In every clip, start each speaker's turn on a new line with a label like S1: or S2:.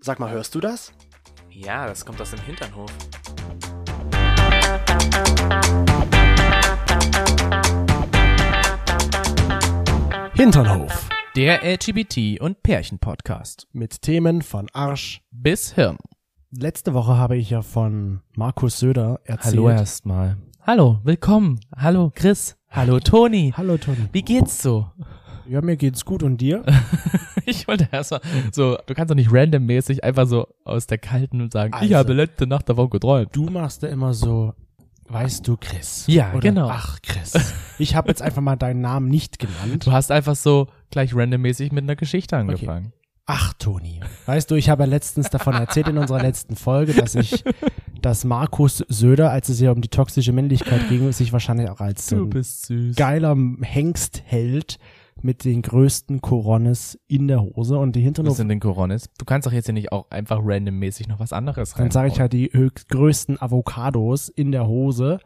S1: Sag mal, hörst du das?
S2: Ja, das kommt aus dem Hinternhof.
S1: Hinternhof
S2: Der LGBT- und Pärchen-Podcast.
S1: mit Themen von Arsch.
S2: Bis Hirn.
S1: Letzte Woche habe ich ja von Markus Söder erzählt.
S2: Hallo erstmal. Hallo, willkommen. Hallo, Chris. Hallo, Toni.
S1: Hallo Toni.
S2: Wie geht's so?
S1: Ja, mir geht's gut und dir?
S2: Ich wollte erstmal so, du kannst doch nicht randommäßig einfach so aus der Kalten und sagen, ich
S1: Also.
S2: habe letzte Nacht davon geträumt.
S1: Du machst da immer so, weißt du, Chris.
S2: Ja,
S1: Oder,
S2: genau.
S1: Ach, Chris. Ich habe jetzt einfach mal deinen Namen nicht genannt.
S2: Du hast einfach so gleich randommäßig mit einer Geschichte angefangen.
S1: Ach, Toni. Weißt du, ich habe ja letztens davon erzählt in unserer letzten Folge, dass ich, dass Markus Söder, als es ja um die toxische Männlichkeit ging, sich wahrscheinlich auch als so
S2: Du
S1: ein
S2: bist süß.
S1: geiler Hengst hält mit den größten Koronis in der Hose und die
S2: Was
S1: Hinternhof.
S2: sind denn Coronis? Du kannst doch jetzt hier nicht auch einfach randommäßig noch was anderes rein.
S1: Dann sage ich halt die höchst, größten Avocados in der Hose,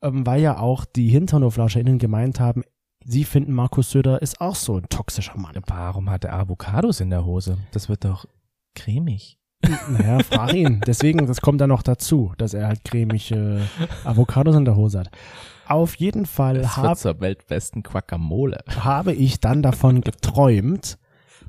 S1: ähm, weil ja auch die HinternhoflauscherInnen gemeint haben, sie finden Markus Söder ist auch so ein toxischer Mann.
S2: Warum hat er Avocados in der Hose? Das wird doch cremig.
S1: Naja, frag ihn. Deswegen, das kommt dann noch dazu, dass er halt cremige Avocados in der Hose hat. Auf jeden Fall
S2: Das wird
S1: hab,
S2: zur weltbesten Quacamole.
S1: habe ich dann davon geträumt,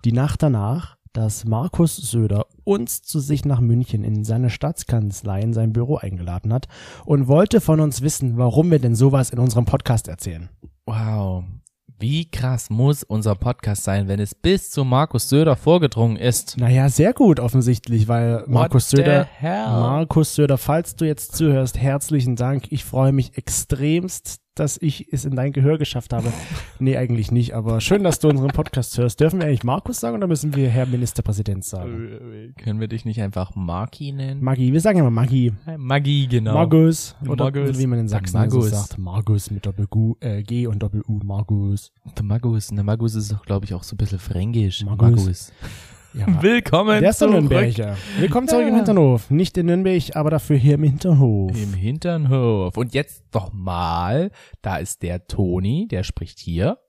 S1: die Nacht danach, dass Markus Söder uns zu sich nach München in seine Staatskanzlei, in sein Büro eingeladen hat und wollte von uns wissen, warum wir denn sowas in unserem Podcast erzählen.
S2: Wow. Wie krass muss unser Podcast sein, wenn es bis zu Markus Söder vorgedrungen ist?
S1: Naja, sehr gut offensichtlich, weil Markus
S2: What
S1: Söder
S2: The hell?
S1: Markus Söder, falls du jetzt zuhörst, herzlichen Dank. Ich freue mich extremst, dass ich es in dein Gehör geschafft habe. Nee, eigentlich nicht, aber schön, dass du unseren Podcast hörst. Dürfen wir eigentlich Markus sagen oder müssen wir Herr Ministerpräsident sagen?
S2: Können wir dich nicht einfach Marki nennen?
S1: Maggi, wir sagen immer Maggi.
S2: Maggi, genau.
S1: Margus. Oder
S2: Margus.
S1: wie man in Sachsen
S2: Margus.
S1: also sagt. Margus mit Doppel-Gu, äh, G und Doppel-U, Margus.
S2: Der Magus. Der Magus ist doch, glaube ich, auch so ein bisschen fränkisch.
S1: Magus. Ja,
S2: Willkommen
S1: der ist doch
S2: zurück
S1: Nürnberger. Willkommen zurück im
S2: Ja.
S1: Hinternhof. Nicht in Nürnberg, aber dafür hier im Hinternhof.
S2: im Hinternhof. Und jetzt doch mal, da ist der Toni, der spricht hier.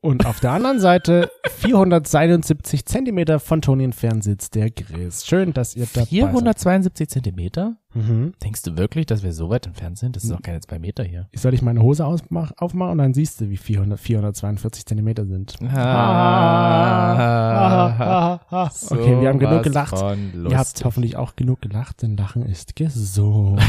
S1: Und auf der anderen Seite 471 Zentimeter von Toni entfernt sitzt der Chris. Schön, dass ihr dabei
S2: 472 Zentimeter?
S1: seid. Mhm.
S2: Denkst du wirklich, dass wir so weit entfernt sind? Das
S1: Hm.
S2: ist doch keine zwei Meter hier.
S1: Soll ich meine Hose ausmach, aufmachen und dann siehst du, wie 400, 442 Zentimeter sind.
S2: Ah.
S1: Ah. okay, wir haben genug gelacht. Ihr habt hoffentlich auch genug gelacht, denn Lachen ist gesund.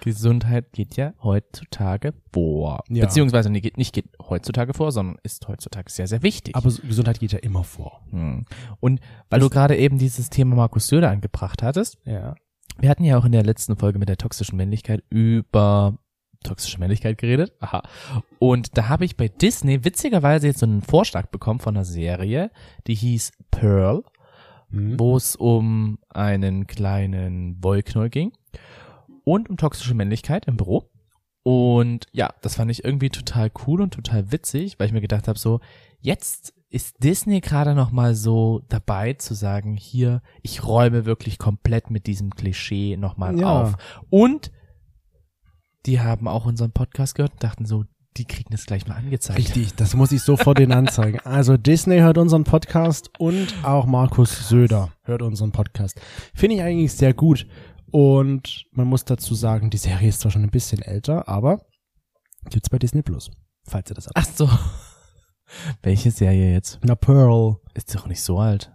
S2: Gesundheit geht ja heutzutage vor.
S1: Ja.
S2: Beziehungsweise nee, geht, nicht geht heutzutage vor, sondern ist heutzutage sehr, sehr wichtig.
S1: Aber so- Gesundheit geht ja immer vor.
S2: Hm. Und weil du gerade eben dieses Thema Markus Söder angebracht hattest,
S1: Ja.
S2: Wir hatten ja auch in der letzten Folge mit der toxischen Männlichkeit über toxische Männlichkeit geredet. Aha. Und da habe ich bei Disney witzigerweise jetzt so einen Vorschlag bekommen von einer Serie, die hieß Pearl,
S1: Hm?
S2: wo es um einen kleinen Wollknäuel ging und um toxische Männlichkeit im Büro. Und ja, das fand ich irgendwie total cool und total witzig, weil ich mir gedacht habe, so jetzt ist Disney gerade noch mal so dabei zu sagen, hier, ich räume wirklich komplett mit diesem Klischee noch mal
S1: Ja.
S2: auf. Und die haben auch unseren Podcast gehört und dachten so, die kriegen das gleich mal angezeigt.
S1: Richtig, das muss ich sofort den anzeigen. Also Disney hört unseren Podcast und auch Markus Söder hört unseren Podcast. Finde ich eigentlich sehr gut. Und man muss dazu sagen, die Serie ist zwar schon ein bisschen älter, aber gibt's bei Disney Plus, falls ihr das habt.
S2: Ach so. Welche Serie jetzt?
S1: Na Pearl.
S2: Ist doch nicht so alt.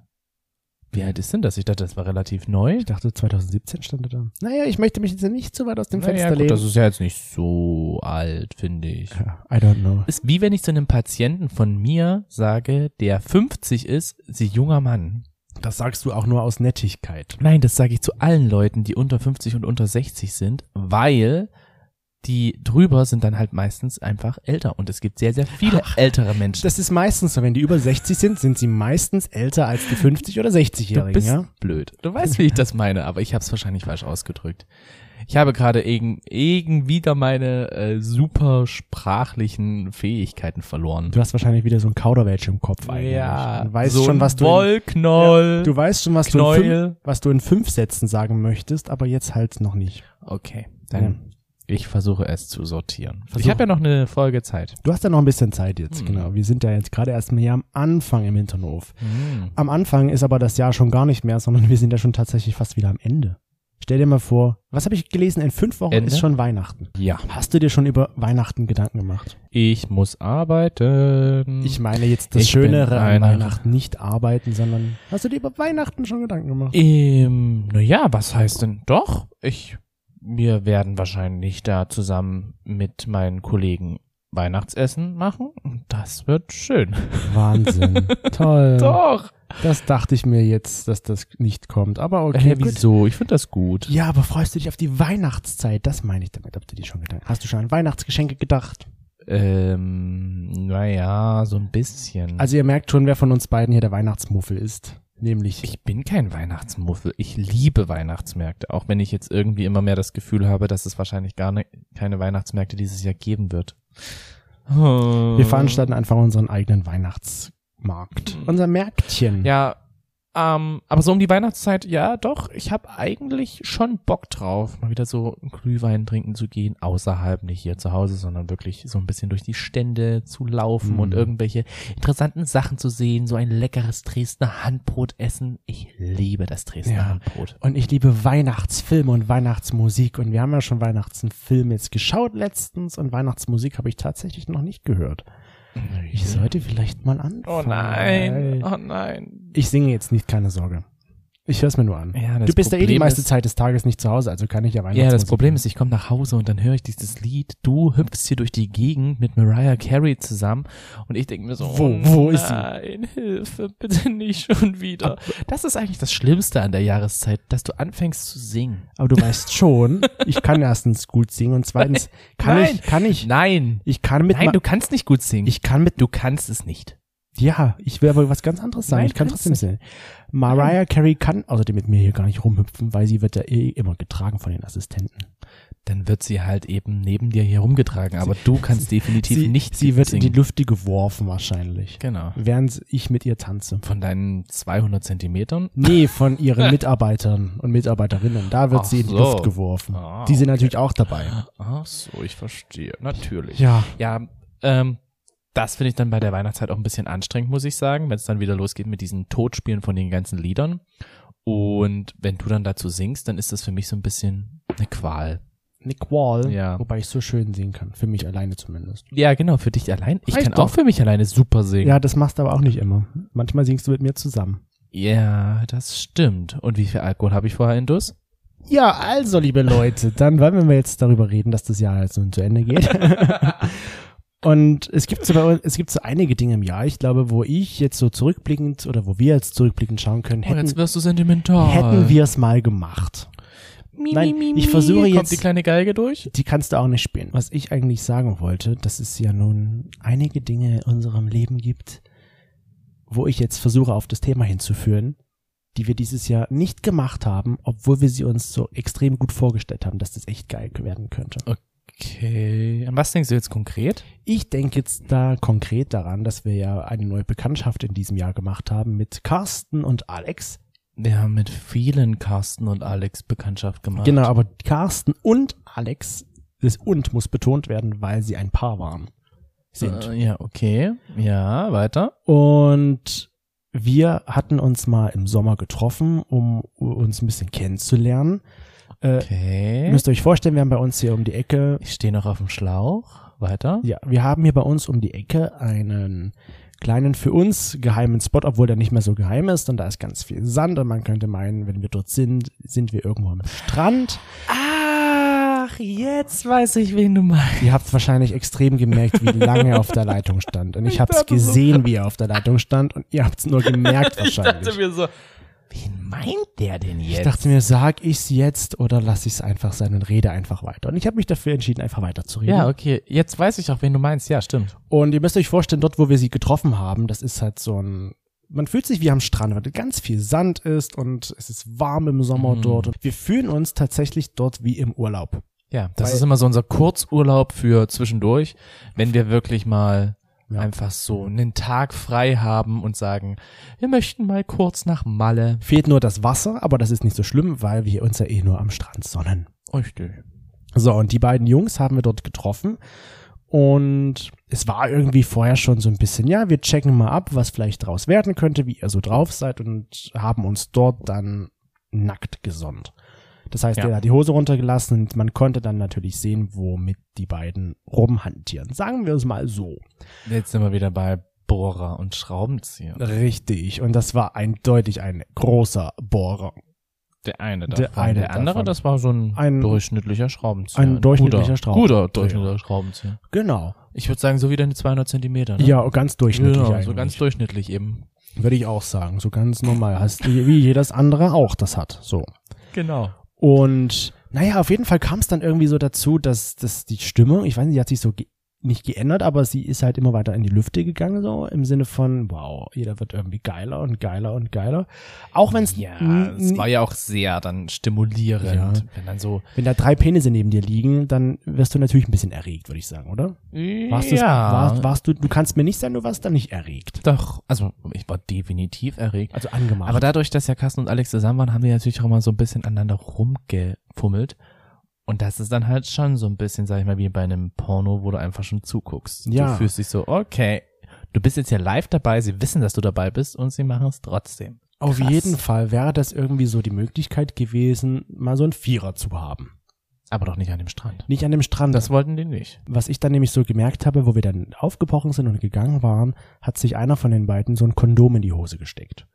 S2: Wie alt ist denn das? Ich dachte, das war relativ neu.
S1: Ich dachte 2017 stand da. Naja, ich möchte mich jetzt nicht zu weit aus dem
S2: Naja,
S1: Fenster
S2: gut, das
S1: lehnen.
S2: ist ja jetzt nicht so alt, finde ich.
S1: Ja, I don't know.
S2: Ist wie wenn ich zu einem Patienten von mir sage, der 50 ist, sie junger Mann.
S1: Das sagst du auch nur aus Nettigkeit.
S2: Nein, das sage ich zu allen Leuten, die unter 50 und unter 60 sind, weil die drüber sind dann halt meistens einfach älter. Und es gibt sehr, sehr viele ältere Menschen.
S1: Das ist meistens so, wenn die über 60 sind, sind sie meistens älter als die 50 oder 60-Jährigen,
S2: Du bist
S1: ja?
S2: blöd. Du weißt, wie ich das meine, aber ich habe es wahrscheinlich falsch ausgedrückt. Ich habe gerade irgend, irgend wieder meine äh, super sprachlichen Fähigkeiten verloren.
S1: Du hast wahrscheinlich wieder so ein Kauderwelsch im Kopf eigentlich.
S2: ja,
S1: Du weißt
S2: so
S1: schon,
S2: ein
S1: was du in,
S2: Wollknoll.
S1: du weißt schon, was du, in fünf,
S2: Knäuel.
S1: was du in fünf Sätzen sagen möchtest, aber jetzt halt noch nicht.
S2: Okay, dann Ich versuche es zu sortieren. Ich
S1: Versuch.
S2: habe ja noch eine Folge Zeit.
S1: Du hast ja noch ein bisschen Zeit jetzt,
S2: Hm.
S1: genau. Wir sind ja jetzt gerade erstmal hier am Anfang im Hinternhof. Am Anfang ist aber das Jahr schon gar nicht mehr, sondern wir sind ja schon tatsächlich fast wieder am Ende. Stell dir mal vor, was habe ich gelesen? In fünf Wochen
S2: Ende?
S1: ist schon Weihnachten.
S2: Ja.
S1: Hast du dir schon über Weihnachten Gedanken gemacht?
S2: Ich muss arbeiten.
S1: Ich meine jetzt das
S2: Hm. Ich bin
S1: Schönere an
S2: einer.
S1: Weihnachten, nicht arbeiten, sondern hast du dir über Weihnachten schon Gedanken gemacht?
S2: Ähm, naja, was heißt denn? Doch, ich, wir werden wahrscheinlich da zusammen mit meinen Kollegen Weihnachtsessen machen. Und Das wird schön.
S1: Wahnsinn. Toll.
S2: Doch.
S1: Das dachte ich mir jetzt, dass das nicht kommt, aber okay.
S2: Hä,
S1: gut.
S2: wieso? Ich finde das gut.
S1: Ja, aber freust du dich auf die Weihnachtszeit? Das meine ich damit, ob du dir schon Gedanken Hast du schon an Weihnachtsgeschenke
S2: Hm.
S1: gedacht?
S2: Ähm, naja, so ein bisschen.
S1: Also ihr merkt schon, wer von uns beiden hier der Weihnachtsmuffel ist. Nämlich
S2: ich bin kein Weihnachtsmuffel. Ich liebe Weihnachtsmärkte. Auch wenn ich jetzt irgendwie immer mehr das Gefühl habe, dass es wahrscheinlich gar ne, keine Weihnachtsmärkte dieses Jahr geben wird.
S1: wir
S2: Wir
S1: veranstalten einfach unseren eigenen Weihnachtsmarkt.
S2: Hm.
S1: Unser Märktchen.
S2: Ja, ähm, aber so um die Weihnachtszeit, ja, doch, ich habe eigentlich schon Bock drauf, mal wieder so einen Glühwein trinken zu gehen, außerhalb, nicht hier zu Hause, sondern wirklich so ein bisschen durch die Stände zu laufen
S1: Mhm.
S2: und irgendwelche interessanten Sachen zu sehen, so ein leckeres Dresdner Handbrot essen. Ich liebe das Dresdner
S1: Ja.
S2: Handbrot.
S1: Und ich liebe Weihnachtsfilme und Weihnachtsmusik. Und wir haben ja schon Weihnachtsfilm jetzt geschaut letztens. Und Weihnachtsmusik habe ich tatsächlich noch nicht gehört. Ich sollte vielleicht mal anfangen.
S2: Oh nein, oh nein.
S1: Ich singe jetzt nicht, keine Sorge. Ich höre es mir nur an.
S2: Ja, das
S1: du bist ja eh die
S2: Problem
S1: meiste
S2: ist-
S1: Zeit des Tages nicht zu Hause, also kann ich ja Weihnachtsmusik.
S2: Ja, das Problem ist, ich komme nach Hause und dann höre ich dieses Lied. Du hüpfst hier durch die Gegend mit Mariah Carey zusammen und ich denke mir so,
S1: Wo-
S2: oh
S1: wo ist sie?
S2: nein, Hilfe, bitte nicht schon wieder. Das ist eigentlich das Schlimmste an der Jahreszeit, dass du anfängst zu singen.
S1: Aber du weißt schon, ich kann erstens gut singen und zweitens kann
S2: Nein.
S1: ich, kann ich,
S2: Nein,
S1: ich kann mit,
S2: nein,
S1: ma-
S2: du kannst nicht gut singen.
S1: ich kann mit,
S2: du kannst es nicht.
S1: ja, ich will aber was ganz anderes sagen,
S2: Nein,
S1: ich kann
S2: kannst
S1: trotzdem singen. Mariah Carey kann außerdem mit mir hier gar nicht rumhüpfen, weil sie wird ja eh immer getragen von den Assistenten.
S2: Dann wird sie halt eben neben dir herumgetragen, aber du kannst definitiv
S1: Sie,
S2: nicht
S1: sie wird in
S2: singen.
S1: die Lüfte geworfen wahrscheinlich,
S2: genau.
S1: während ich mit ihr tanze.
S2: Von deinen 200 Zentimetern
S1: Nee, von ihren Mitarbeitern und Mitarbeiterinnen. Da wird
S2: Ach
S1: sie in die
S2: so.
S1: Luft geworfen.
S2: Ah,
S1: die sind natürlich auch dabei.
S2: Ach so, ich verstehe. Natürlich.
S1: Ja.
S2: Ja, ähm, das finde ich dann bei der Weihnachtszeit auch ein bisschen anstrengend, muss ich sagen, wenn es dann wieder losgeht mit diesen Totspielen von den ganzen Liedern. Und wenn du dann dazu singst, dann ist das für mich so ein bisschen eine Qual.
S1: Nick Wall.
S2: Ja.
S1: Wobei ich so schön singen kann. Für mich alleine zumindest.
S2: Ja, genau, für dich allein. Ich
S1: Reicht
S2: kann
S1: doch.
S2: auch für mich alleine super singen.
S1: Ja, das machst du aber auch nicht immer. Manchmal singst du mit mir zusammen.
S2: ja das stimmt. Und wie viel Alkohol habe ich vorher in Duss? Oh,
S1: Ja, also, liebe Leute, dann wollen wir jetzt darüber reden, dass das Jahr jetzt nun zu Ende geht. Und es gibt, so bei, uns- es gibt so einige Dinge im Jahr, ich glaube, wo ich jetzt so zurückblickend oder wo wir jetzt zurückblickend schauen können,
S2: Oh, jetzt
S1: hätten,
S2: wirst du sentimental.
S1: hätten wir es mal gemacht.
S2: Mi,
S1: Nein,
S2: mi, mi,
S1: ich
S2: mi.
S1: versuche
S2: Kommt
S1: jetzt-
S2: die kleine Geige durch?
S1: Die kannst du auch nicht spielen. Was ich eigentlich sagen wollte, dass es ja nun einige Dinge in unserem Leben gibt, wo ich jetzt versuche, auf das Thema hinzuführen, die wir dieses Jahr nicht gemacht haben, obwohl wir sie uns so extrem gut vorgestellt haben, dass das echt geil werden könnte.
S2: Okay. An was denkst du jetzt konkret?
S1: Ich denke jetzt da konkret daran, dass wir ja eine neue Bekanntschaft in diesem Jahr gemacht haben mit Carsten und Alex.
S2: Wir haben mit vielen Carsten und Alex Bekanntschaft gemacht.
S1: Genau, aber Carsten und Alex, das und muss betont werden, weil sie ein Paar waren. Sind.
S2: Äh, ja, okay. Ja, weiter.
S1: Und wir hatten uns mal im Sommer getroffen, um uns ein bisschen kennenzulernen. Äh,
S2: Okay.
S1: Müsst ihr euch vorstellen, wir haben bei uns hier um die Ecke,
S2: Ich stehe noch auf dem Schlauch. Weiter.
S1: ja, wir haben hier bei uns um die Ecke einen kleinen für uns geheimen Spot, obwohl der nicht mehr so geheim ist und da ist ganz viel Sand und man könnte meinen, wenn wir dort sind, sind wir irgendwo am Strand.
S2: Ach, jetzt weiß ich, wen du meinst.
S1: Ihr habt wahrscheinlich extrem gemerkt, wie lange er auf der Leitung stand und ich hab's gesehen, wie er auf der Leitung stand und ihr habt's nur gemerkt wahrscheinlich.
S2: mir so, wen meint der denn jetzt?
S1: Ich dachte mir, sag ich's jetzt oder lass ich's einfach sein und rede einfach weiter. Und ich habe mich dafür entschieden, einfach weiterzureden.
S2: ja, okay. Jetzt weiß ich auch, wen du meinst. Ja, stimmt.
S1: Und ihr müsst euch vorstellen, dort, wo wir sie getroffen haben, das ist halt so ein. Man fühlt sich wie am Strand, weil da ganz viel Sand ist und es ist warm im Sommer dort. Und wir fühlen uns tatsächlich dort wie im Urlaub.
S2: Ja, das
S1: Weil-
S2: ist immer so unser Kurzurlaub für zwischendurch, wenn wir wirklich mal
S1: Ja.
S2: einfach so einen Tag frei haben und sagen, wir möchten mal kurz nach Malle.
S1: Fehlt nur das Wasser, aber das ist nicht so schlimm, weil wir uns ja eh nur am Strand sonnen.
S2: Richtig.
S1: So, und die beiden Jungs haben wir dort getroffen. Und es war irgendwie vorher schon so ein bisschen, ja, wir checken mal ab, was vielleicht draus werden könnte, wie ihr so drauf seid und haben uns dort dann nackt gesonnt. Das heißt,
S2: Ja.
S1: er hat die Hose runtergelassen und man konnte dann natürlich sehen, womit die beiden rumhantieren. Sagen wir es mal so.
S2: Jetzt sind wir wieder bei Bohrer und Schraubenzieher.
S1: Richtig. Und das war eindeutig ein großer Bohrer.
S2: Der eine davon.
S1: Der eine
S2: der andere,
S1: davon.
S2: das war so ein,
S1: Ein-
S2: durchschnittlicher Schraubenzieher.
S1: ein durchschnittlicher
S2: guter,
S1: Schraubenzieher.
S2: Guter durchschnittlicher Schraubenzieher.
S1: Genau.
S2: Ich würde sagen, so wie deine 200 Zentimeter. Ne?
S1: Ja, ganz durchschnittlich
S2: ja
S1: eigentlich.
S2: so ganz durchschnittlich eben.
S1: Würde ich auch sagen. So ganz normal. Hast, wie jedes andere auch das hat. So.
S2: Genau.
S1: Und naja, auf jeden Fall kam es dann irgendwie so dazu, dass, dass die Stimmung, ich weiß nicht, die hat sich so ge nicht geändert, aber sie ist halt immer weiter in die Lüfte gegangen, so im Sinne von, wow, jeder wird irgendwie geiler und geiler und geiler. Auch wenn es
S2: Ja, es war ja auch sehr dann stimulierend,
S1: Ja.
S2: wenn dann so
S1: wenn da drei Penisse neben dir liegen, dann wirst du natürlich ein bisschen erregt, würde ich sagen, oder? Warst, du- warst, warst du, du kannst mir nicht sagen, du warst da nicht erregt.
S2: doch, also ich war definitiv erregt.
S1: Also angemacht.
S2: Aber dadurch, dass ja Carsten und Alex zusammen waren, haben wir natürlich auch mal so ein bisschen aneinander rumgefummelt. Und das ist dann halt schon so ein bisschen, sag ich mal, wie bei einem Porno, wo du einfach schon zuguckst.
S1: Ja.
S2: Du fühlst dich so, okay, du bist jetzt ja live dabei, sie wissen, dass du dabei bist und sie machen es trotzdem.
S1: Auf
S2: Krass.
S1: jeden Fall wäre das irgendwie so die Möglichkeit gewesen, mal so einen Vierer zu haben.
S2: Aber doch nicht an dem Strand.
S1: Nicht an dem Strand.
S2: Das wollten die nicht.
S1: was ich dann nämlich so gemerkt habe, wo wir dann aufgebrochen sind und gegangen waren, hat sich einer von den beiden so ein Kondom in die Hose gesteckt.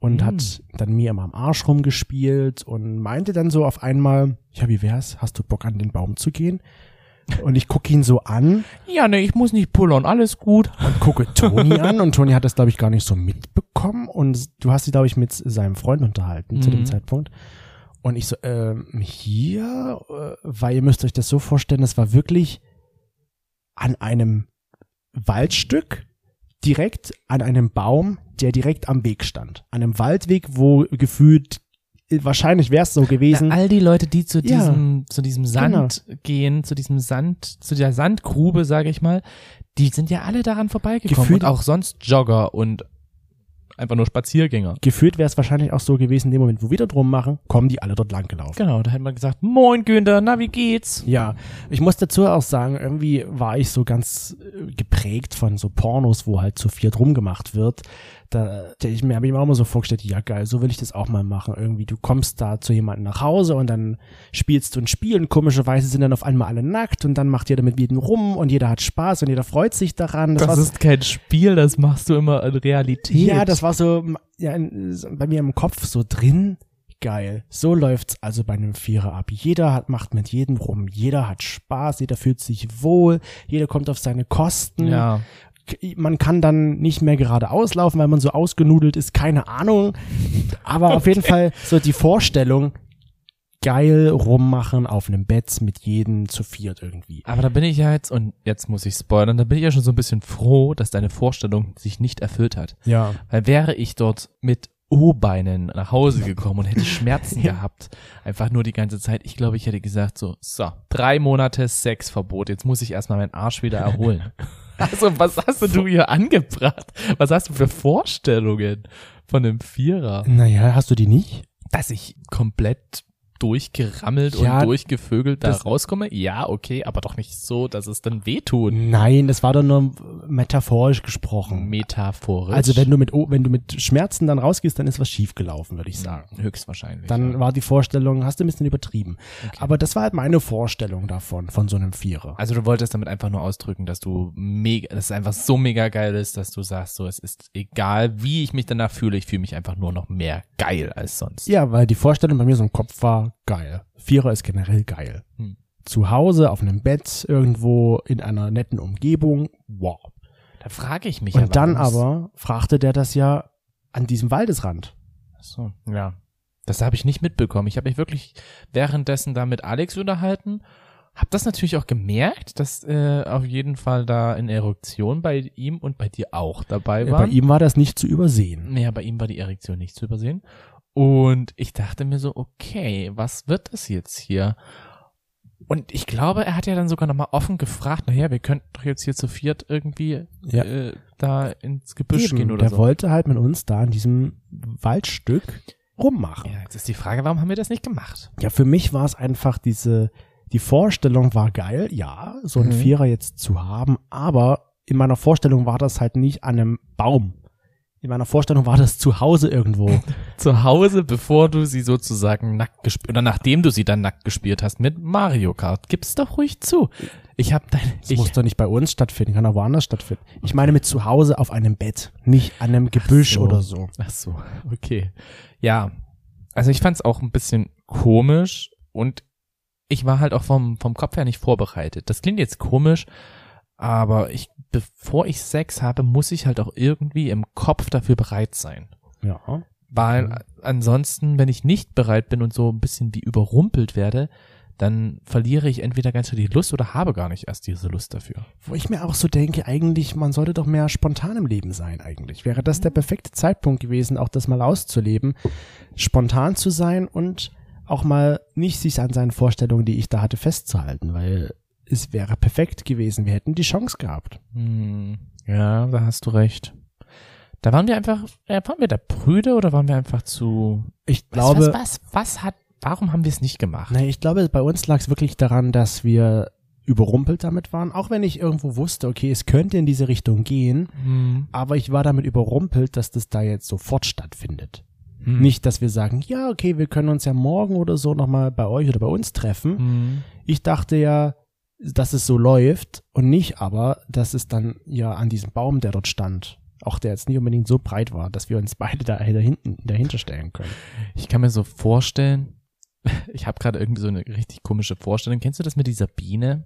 S1: Und
S2: Hm.
S1: hat dann mir immer am Arsch rumgespielt und meinte dann so auf einmal, ja, wie wär's? Hast du Bock an den Baum zu gehen? Und ich gucke ihn so an
S2: Ja, ne, ich muss nicht pullern, alles gut.
S1: und gucke Toni an und Toni hat das, glaube ich, gar nicht so mitbekommen und du hast sie, glaube ich, mit seinem Freund unterhalten zu dem
S2: Mhm.
S1: Zeitpunkt. Und ich so, ähm, hier, äh, weil ihr müsst euch das so vorstellen, das war wirklich an einem Waldstück, direkt an einem Baum, der direkt am Weg stand. An einem Waldweg, wo gefühlt, äh, wahrscheinlich wäre es so gewesen.
S2: all die Leute, die zu
S1: Ja.
S2: diesem, zu diesem Sand gehen, zu diesem Sand, zu der Sandgrube, sage ich mal, die sind ja alle daran vorbeigekommen.
S1: Gefühlt-
S2: und auch sonst Jogger und einfach nur Spaziergänger.
S1: Gefühlt wäre es wahrscheinlich auch so gewesen, in dem Moment, wo wir da drum machen, kommen die alle dort lang gelaufen.
S2: Genau, da hätte man gesagt, moin Günther, na wie geht's?
S1: Ja, ich muss dazu auch sagen, irgendwie war ich so ganz äh, geprägt von so Pornos, wo halt zu viert rumgemacht wird. Da da ich mir habe ich mir auch immer so vorgestellt, ja geil, so will ich das auch mal machen. Irgendwie du kommst da zu jemandem nach Hause und dann spielst du ein Spiel und komischerweise sind dann auf einmal alle nackt und dann macht jeder mit jedem rum und jeder hat Spaß und jeder freut sich daran.
S2: Das,
S1: war so-
S2: ist kein Spiel, das machst du immer in Realität.
S1: ja, das war so m- ja, in- so bei mir im Kopf so drin. Geil. So läuft's also bei einem Vierer ab. Jeder hat, macht mit jedem rum. Jeder hat Spaß. Jeder fühlt sich wohl. Jeder kommt auf seine Kosten.
S2: ja.
S1: K- Man kann dann nicht mehr geradeaus laufen, weil man so ausgenudelt ist. Keine Ahnung. Aber auf jeden Fall so die Vorstellung, geil rummachen auf einem Bett mit jedem zu viert irgendwie.
S2: Aber da bin ich ja jetzt, und jetzt muss ich spoilern, da bin ich ja schon so ein bisschen froh, dass deine Vorstellung sich nicht erfüllt hat.
S1: Ja.
S2: Weil wäre ich dort mit O-Beinen nach Hause gekommen und hätte Schmerzen gehabt, einfach nur die ganze Zeit, ich glaube, ich hätte gesagt so, so, drei Monate Sexverbot, jetzt muss ich erstmal meinen Arsch wieder erholen. Also, was hast du hier angebracht? Was hast du für Vorstellungen von einem Vierer?
S1: Naja, hast du die nicht?
S2: Dass ich komplett durchgerammelt
S1: Ja,
S2: und durchgevögelt da
S1: das-
S2: rauskomme? Ja, okay, aber doch nicht so, dass es dann wehtut.
S1: Nein, das war doch nur metaphorisch gesprochen.
S2: Metaphorisch.
S1: Also wenn du mit O- wenn du mit Schmerzen dann rausgehst, dann ist was schiefgelaufen, würde ich sagen.
S2: höchstwahrscheinlich.
S1: Dann
S2: ja.
S1: war die Vorstellung, hast du ein bisschen übertrieben. Aber das war halt meine Vorstellung davon, von so einem Vierer.
S2: Also du wolltest damit einfach nur ausdrücken, dass du mega, dass es einfach so mega geil ist, dass du sagst, so es ist egal, wie ich mich danach fühle, ich fühle mich einfach nur noch mehr geil als sonst.
S1: Ja, weil die Vorstellung bei mir so im Kopf war, geil. Vierer ist generell geil.
S2: Hm.
S1: Zu Hause, auf einem Bett, irgendwo in einer netten Umgebung, wow.
S2: Da frage ich mich.
S1: Und dann
S2: warum
S1: aber fragte der das ja an diesem Waldesrand.
S2: es- So, ja. Das habe ich nicht mitbekommen. Ich habe mich wirklich währenddessen da mit Alex unterhalten. Hab das natürlich auch gemerkt, dass äh, auf jeden Fall da in Erektion bei ihm und bei dir auch dabei
S1: Äh,
S2: war. Hm.
S1: Bei ihm war das nicht zu übersehen.
S2: Naja, bei ihm war die Erektion nicht zu übersehen. Und ich dachte mir so, okay, was wird das jetzt hier? Und ich glaube, er hat ja dann sogar nochmal offen gefragt, naja, wir könnten doch jetzt hier zu viert irgendwie
S1: Ja.
S2: äh, da ins Gebüsch
S1: Eben,
S2: gehen oder
S1: der
S2: so.
S1: wollte halt mit uns da in diesem Waldstück rummachen.
S2: Ja, jetzt ist die Frage, warum haben wir das nicht gemacht?
S1: Ja, für mich war es einfach diese, Die Vorstellung war geil, ja, so einen
S2: Mhm.
S1: Vierer jetzt zu haben, aber in meiner Vorstellung war das halt nicht an einem Baum. In meiner Vorstellung war das zu Hause irgendwo.
S2: Zu Hause, bevor du sie sozusagen nackt gespielt oder nachdem du sie dann nackt gespielt hast mit Mario Kart, gib's doch ruhig zu. Ich habe dein
S1: Das
S2: ich,
S1: muss doch nicht bei uns stattfinden, kann auch woanders stattfinden. Ich meine mit zu Hause auf einem Bett, nicht an einem Gebüsch
S2: so.
S1: oder so.
S2: Ach so, okay. Ja. Also ich fand's auch ein bisschen komisch und ich war halt auch vom vom Kopf her nicht vorbereitet. Das klingt jetzt komisch, aber ich bevor ich Sex habe, muss ich halt auch irgendwie im Kopf dafür bereit sein.
S1: Ja. Mhm.
S2: Weil ansonsten, wenn ich nicht bereit bin und so ein bisschen wie überrumpelt werde, dann verliere ich entweder ganz schnell die Lust oder habe gar nicht erst diese Lust dafür.
S1: Wo ich mir auch so denke, eigentlich, man sollte doch mehr spontan im Leben sein eigentlich. Wäre das der perfekte Zeitpunkt gewesen, auch das mal auszuleben, spontan zu sein und auch mal nicht sich an seinen Vorstellungen, die ich da hatte, festzuhalten, weil es wäre perfekt gewesen, wir hätten die Chance gehabt.
S2: Hm, ja, da hast du recht. Da waren wir einfach, äh, waren wir da prüde oder waren wir einfach zu.
S1: Ich
S2: Was,
S1: glaube,
S2: was, was, was hat, warum haben wir es nicht gemacht?
S1: Nee, ich glaube, bei uns lag es wirklich daran, dass wir überrumpelt damit waren, auch wenn ich irgendwo wusste, okay, es könnte in diese Richtung gehen,
S2: Hm,
S1: aber ich war damit überrumpelt, dass das da jetzt sofort stattfindet.
S2: hm,
S1: Nicht, dass wir sagen, ja, okay, wir können uns ja morgen oder so nochmal bei euch oder bei uns treffen.
S2: Hm.
S1: Ich dachte ja, dass es so läuft und nicht aber, dass es dann ja an diesem Baum, der dort stand, auch der jetzt nicht unbedingt so breit war, dass wir uns beide da da hinten dahinter stellen können.
S2: Ich kann mir so vorstellen, ich habe gerade irgendwie so eine richtig komische Vorstellung. Kennst du das mit dieser Biene?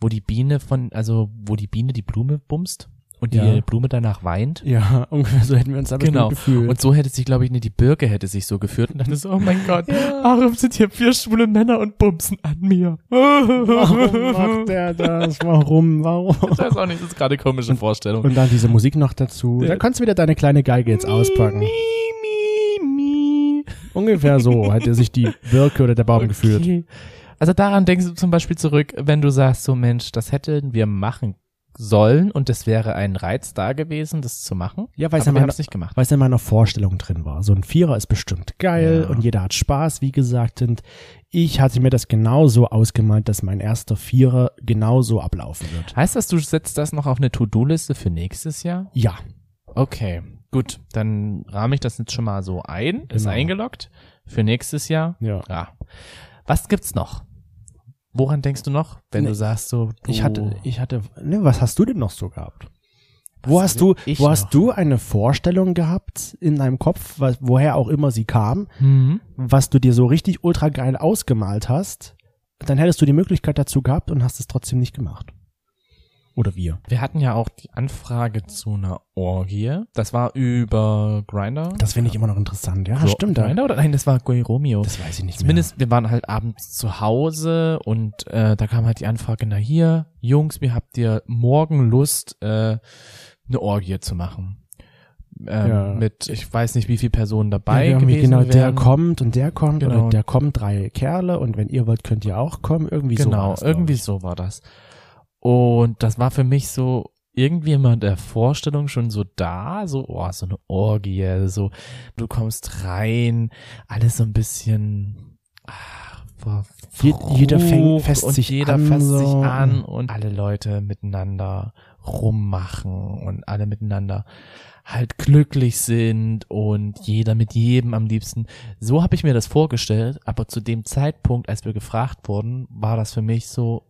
S2: Wo die Biene von, also wo die Biene die Blume bumst und die
S1: Ja.
S2: Blume danach weint?
S1: Ja, ungefähr so hätten wir uns da
S2: Genau.
S1: gefühlt.
S2: Und so hätte sich, glaube ich, nee, die Birke hätte sich so geführt und dann ist, oh mein Gott, warum sind hier vier schwule Männer und bumsen an mir?
S1: Warum macht der das? Warum? Warum?
S2: Ich weiß auch nicht, das ist gerade eine komische Vorstellung.
S1: Und dann diese Musik noch dazu. Da kannst du wieder deine kleine Geige jetzt auspacken.
S2: Mi, mi, mi.
S1: Ungefähr so hat er sich die Birke oder der Baum gefühlt.
S2: Okay. Also daran denkst du zum Beispiel zurück, wenn du sagst, so Mensch, das hätten wir machen sollen und es wäre ein Reiz da gewesen, das zu machen.
S1: Ja, weil es ja
S2: aber wir
S1: mal-
S2: haben es nicht gemacht.
S1: weil es in meiner Vorstellung drin war. So ein Vierer ist bestimmt geil
S2: Ja.
S1: und jeder hat Spaß, wie gesagt. Und ich hatte mir das genauso ausgemalt, dass mein erster Vierer genauso ablaufen wird.
S2: Heißt das, du setzt das noch auf eine To-Do-Liste für nächstes Jahr?
S1: Ja,
S2: Okay, gut, dann rahme ich das jetzt schon mal so ein, ist
S1: Genau.
S2: eingeloggt für nächstes Jahr.
S1: ja.
S2: Ja. Was gibt's noch? Woran denkst du noch, wenn
S1: Nee.
S2: du sagst so, du,
S1: Ich hatte, ich hatte, ne, was hast du denn noch so gehabt? Wo
S2: Was
S1: hast du,
S2: ich
S1: wo hast
S2: noch?
S1: du eine Vorstellung gehabt in deinem Kopf, was, woher auch immer sie kam,
S2: Mhm.
S1: was du dir so richtig ultra geil ausgemalt hast, dann hättest du die Möglichkeit dazu gehabt und hast es trotzdem nicht gemacht. Oder wir.
S2: Wir hatten ja auch die Anfrage zu einer Orgie. Das war über Grinder.
S1: Das finde ich immer noch interessant. Ja, Ah, stimmt. Da,
S2: Grinder oder nein, das war Guy Romeo.
S1: das weiß ich nicht
S2: Zumindest wir waren halt abends zu Hause und äh, da kam halt die Anfrage, na hier, Jungs, wir habt ihr morgen Lust, äh, eine Orgie zu machen. Ähm,
S1: Ja.
S2: Mit, ich weiß nicht, wie viel Personen
S1: mehr.
S2: dabei
S1: Ja, irgendwie
S2: gewesen
S1: genau, der
S2: wären.
S1: kommt und der kommt
S2: Genau.
S1: oder der kommt drei Kerle und wenn ihr wollt, könnt ihr auch kommen. Irgendwie so. war
S2: Genau,
S1: das, glaub
S2: irgendwie
S1: ich.
S2: so war das. Und das war für mich so irgendwie immer in der Vorstellung schon so da, so, oh, so eine Orgie, so, du kommst rein, alles so ein bisschen, ah, ver-
S1: Je- jeder fängt-
S2: verrucht
S1: fässt
S2: und
S1: sich
S2: jeder
S1: an,
S2: fasst sich
S1: so. Mhm.
S2: an und alle Leute miteinander rummachen und alle miteinander halt glücklich sind und jeder mit jedem am liebsten. So habe ich mir das vorgestellt, aber zu dem Zeitpunkt, als wir gefragt wurden, war das für mich so,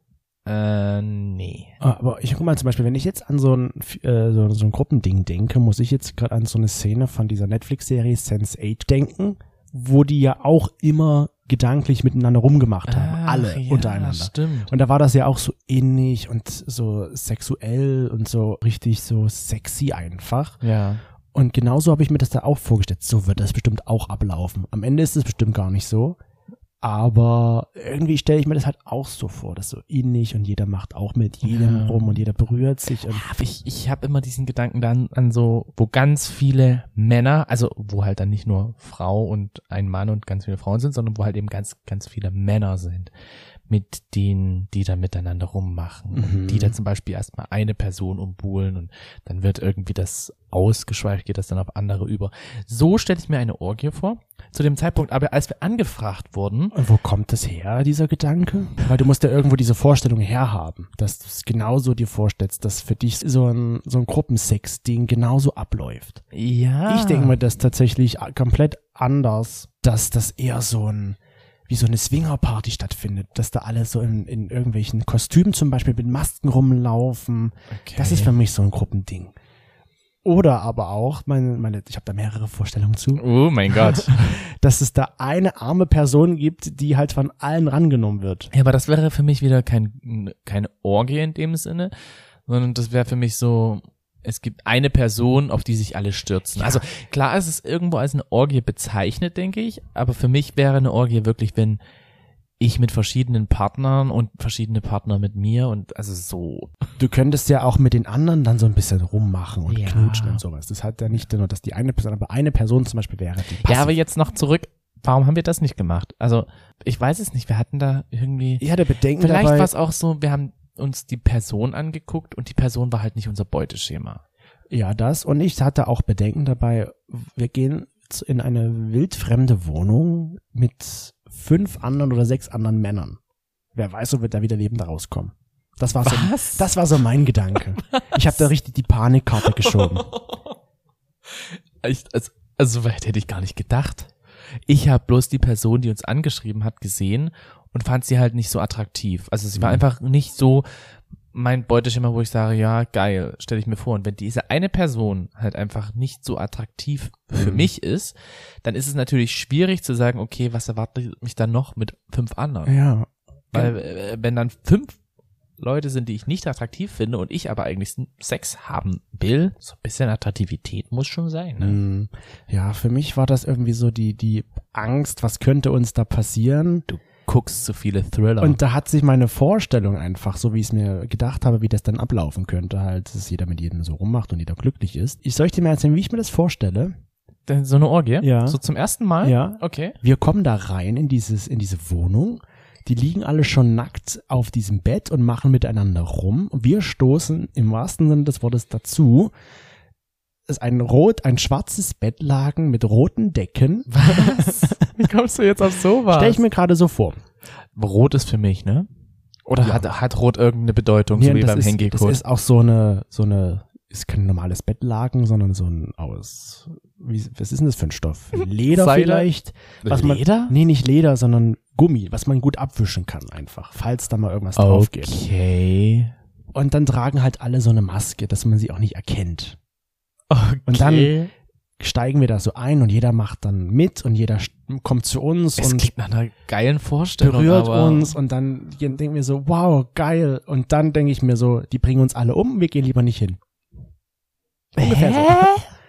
S2: äh, nee.
S1: Ah, Aber ich guck mal zum Beispiel, wenn ich jetzt an so ein, äh, so, so ein Gruppending denke, muss ich jetzt gerade an so eine Szene von dieser Netflix-Serie Sense8 denken, wo die ja auch immer gedanklich miteinander rumgemacht haben.
S2: Ach,
S1: alle
S2: ja,
S1: untereinander.
S2: Stimmt.
S1: Und da war das ja auch so innig und so sexuell und so richtig so sexy einfach.
S2: ja.
S1: Und genauso habe ich mir das da auch vorgestellt. So wird das bestimmt auch ablaufen. Am Ende ist es bestimmt gar nicht so. Aber irgendwie stelle ich mir das halt auch so vor, dass so innig und jeder macht auch mit jedem
S2: Ja.
S1: rum und jeder berührt sich. Und
S2: Hab Ah, ich ich habe immer diesen Gedanken dann an so, wo ganz viele Männer, also wo halt dann nicht nur Frau und ein Mann und ganz viele Frauen sind, sondern wo halt eben ganz, ganz viele Männer sind, mit denen, die da miteinander rummachen. Und
S1: Mhm.
S2: die da zum Beispiel erstmal eine Person umbuhlen und dann wird irgendwie das ausgeschweift, geht das dann auf andere über. So stelle ich mir eine Orgie vor. zu dem Zeitpunkt, aber als wir angefragt wurden,
S1: Und wo kommt das her, dieser Gedanke? Weil du musst ja irgendwo diese Vorstellung herhaben, dass du es genauso dir vorstellst, dass für dich so ein, so ein Gruppensex-Ding genauso abläuft.
S2: ja,
S1: Ich denke mir das tatsächlich a- komplett anders, dass das eher so ein wie so eine Swingerparty stattfindet, dass da alle so in, in irgendwelchen Kostümen zum Beispiel mit Masken rumlaufen.
S2: okay.
S1: Das ist für mich so ein Gruppending. Oder aber auch, meine, meine, ich habe da mehrere Vorstellungen zu,
S2: Oh mein Gott.
S1: dass es da eine arme Person gibt, die halt von allen rangenommen wird.
S2: ja, aber das wäre für mich wieder kein, keine Orgie in dem Sinne, sondern das wäre für mich so, es gibt eine Person, auf die sich alle stürzen. Also klar ist es irgendwo als eine Orgie bezeichnet, denke ich, aber für mich wäre eine Orgie wirklich, wenn ich mit verschiedenen Partnern und verschiedene Partner mit mir und also so.
S1: Du könntest ja auch mit den anderen dann so ein bisschen rummachen und
S2: Ja.
S1: knutschen und sowas. Das hat ja nicht nur, dass die eine Person, aber eine Person zum Beispiel wäre die
S2: Ja, aber
S1: passiv.
S2: jetzt noch zurück. Warum haben wir das nicht gemacht? Also, ich weiß es nicht. Wir hatten da irgendwie.
S1: ich hatte Bedenken
S2: Vielleicht
S1: dabei.
S2: war es auch so, wir haben uns die Person angeguckt und die Person war halt nicht unser Beuteschema.
S1: Ja, das. Und ich hatte auch Bedenken dabei. Wir gehen zu- in eine wildfremde Wohnung mit fünf anderen oder sechs anderen Männern. Wer weiß, ob wir da wieder lebend rauskommen. Das war so,
S2: Was?
S1: das war so mein Gedanke. Ich habe da richtig die Panikkarte geschoben.
S2: Ich, also, also so weit hätte ich gar nicht gedacht. Ich habe bloß die Person, die uns angeschrieben hat, gesehen und fand sie halt nicht so attraktiv. Also sie war
S1: Mhm.
S2: einfach nicht so mein Beuteschema, wo ich sage, ja, geil, stelle ich mir vor. Und wenn diese eine Person halt einfach nicht so attraktiv für
S1: Mhm.
S2: mich ist, dann ist es natürlich schwierig zu sagen, okay, was erwartet mich dann noch mit fünf anderen?
S1: Ja.
S2: Weil äh, wenn dann fünf Leute sind, die ich nicht attraktiv finde und ich aber eigentlich Sex haben will, so ein bisschen Attraktivität muss schon sein. Ne?
S1: Mm. Ja, für mich war das irgendwie so die, die Angst, was könnte uns da passieren?
S2: Du guckst zu viele Thriller.
S1: Und da hat sich meine Vorstellung einfach, so wie ich es mir gedacht habe, wie das dann ablaufen könnte, halt, dass jeder mit jedem so rummacht und jeder glücklich ist. Ich soll ich dir mal erzählen, wie ich mir das vorstelle?
S2: Dann so eine Orgie?
S1: Ja.
S2: So zum ersten Mal?
S1: Ja.
S2: Okay.
S1: Wir kommen da rein in dieses, in diese Wohnung. Die liegen alle schon nackt auf diesem Bett und machen miteinander rum. Und wir stoßen im wahrsten Sinne des Wortes dazu. Es ist ein rot, ein schwarzes Bettlaken mit roten Decken.
S2: Was? Wie kommst du jetzt auf sowas?
S1: Stell ich mir gerade so vor.
S2: Rot ist für mich, ne? Oder
S1: Ja.
S2: hat, hat Rot irgendeine Bedeutung,
S1: Nee,
S2: so
S1: und
S2: wie
S1: das
S2: beim
S1: ist-
S2: Henke
S1: Das ist auch so eine, so eine, ist kein normales Bettlaken, sondern so ein aus, wie, was ist denn das für ein Stoff? Leder
S2: Seile?
S1: vielleicht? Was man,
S2: Äh, Leder?
S1: Nee, nicht Leder, sondern Gummi, was man gut abwischen kann einfach, falls da mal
S2: Ah,
S1: irgendwas drauf geht.
S2: Okay.
S1: Und dann tragen halt alle so eine Maske, dass man sie auch nicht erkennt.
S2: Okay.
S1: Und dann steigen wir da so ein und jeder macht dann mit und jeder st- kommt zu uns
S2: es
S1: und
S2: klingt nach einer geilen Vorstellung,
S1: berührt
S2: aber
S1: uns und dann denken wir so, wow, geil. Und dann denke ich mir so, die bringen uns alle um, wir gehen lieber nicht hin. Ungefähr so.
S2: Hä?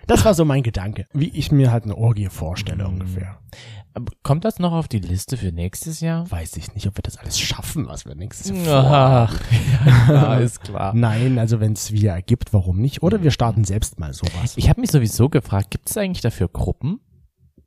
S1: Das war so mein Gedanke, wie ich mir halt eine Orgie vorstelle
S2: Mhm.
S1: ungefähr.
S2: Aber Kommt das noch auf die Liste für nächstes Jahr?
S1: Weiß ich nicht, ob wir das alles schaffen, was wir nächstes Jahr
S2: Ach, ja, klar, ist
S1: vorhaben.
S2: klar.
S1: Nein, also wenn es wieder ergibt, warum nicht? Oder wir starten selbst mal sowas.
S2: Ich habe mich sowieso gefragt, gibt es eigentlich dafür Gruppen?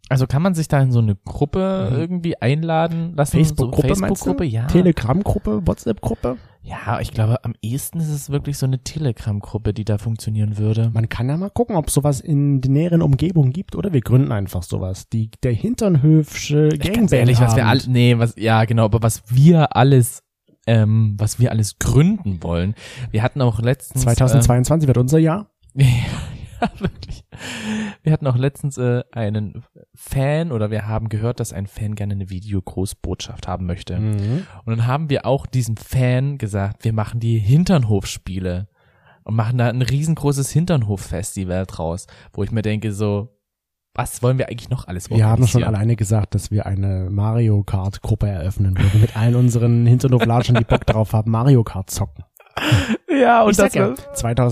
S2: Also kann man sich da in so eine Gruppe
S1: Mhm.
S2: irgendwie einladen lassen?
S1: Facebook-Gruppe
S2: so
S1: meinst du?
S2: Facebook-Gruppe, ja.
S1: Telegram-Gruppe, WhatsApp-Gruppe.
S2: ja, ich glaube, am ehesten ist es wirklich so eine Telegram-Gruppe, die da funktionieren würde.
S1: Man kann ja mal gucken, ob sowas in der näheren Umgebung gibt oder wir gründen einfach sowas. Die, der Hinternhöfsche
S2: Ganz
S1: Gangbang.
S2: ehrlich, was wir alle, nee, was, ja, genau, aber was wir alles, ähm, was wir alles gründen wollen. Wir hatten auch
S1: Hm.
S2: letztens. ähm,
S1: 2022 wird unser Jahr.
S2: Ja, ja, wirklich. Wir hatten auch letztens äh, einen Fan oder wir haben gehört, dass ein Fan gerne eine Videogroßbotschaft haben möchte.
S1: Mhm.
S2: Und dann haben wir auch diesem Fan gesagt, wir machen die Hinternhofspiele und machen da ein riesengroßes Hinternhof-Festival draus, wo ich mir denke so, was wollen wir eigentlich noch alles
S1: Wir haben schon
S2: organisieren?
S1: alleine gesagt, dass wir eine Mario Kart Gruppe eröffnen würden mit allen unseren Hinternhoflatschen, die Bock drauf haben, Mario Kart zocken.
S2: Ja, und
S1: Ich sag
S2: das
S1: ja,
S2: wird,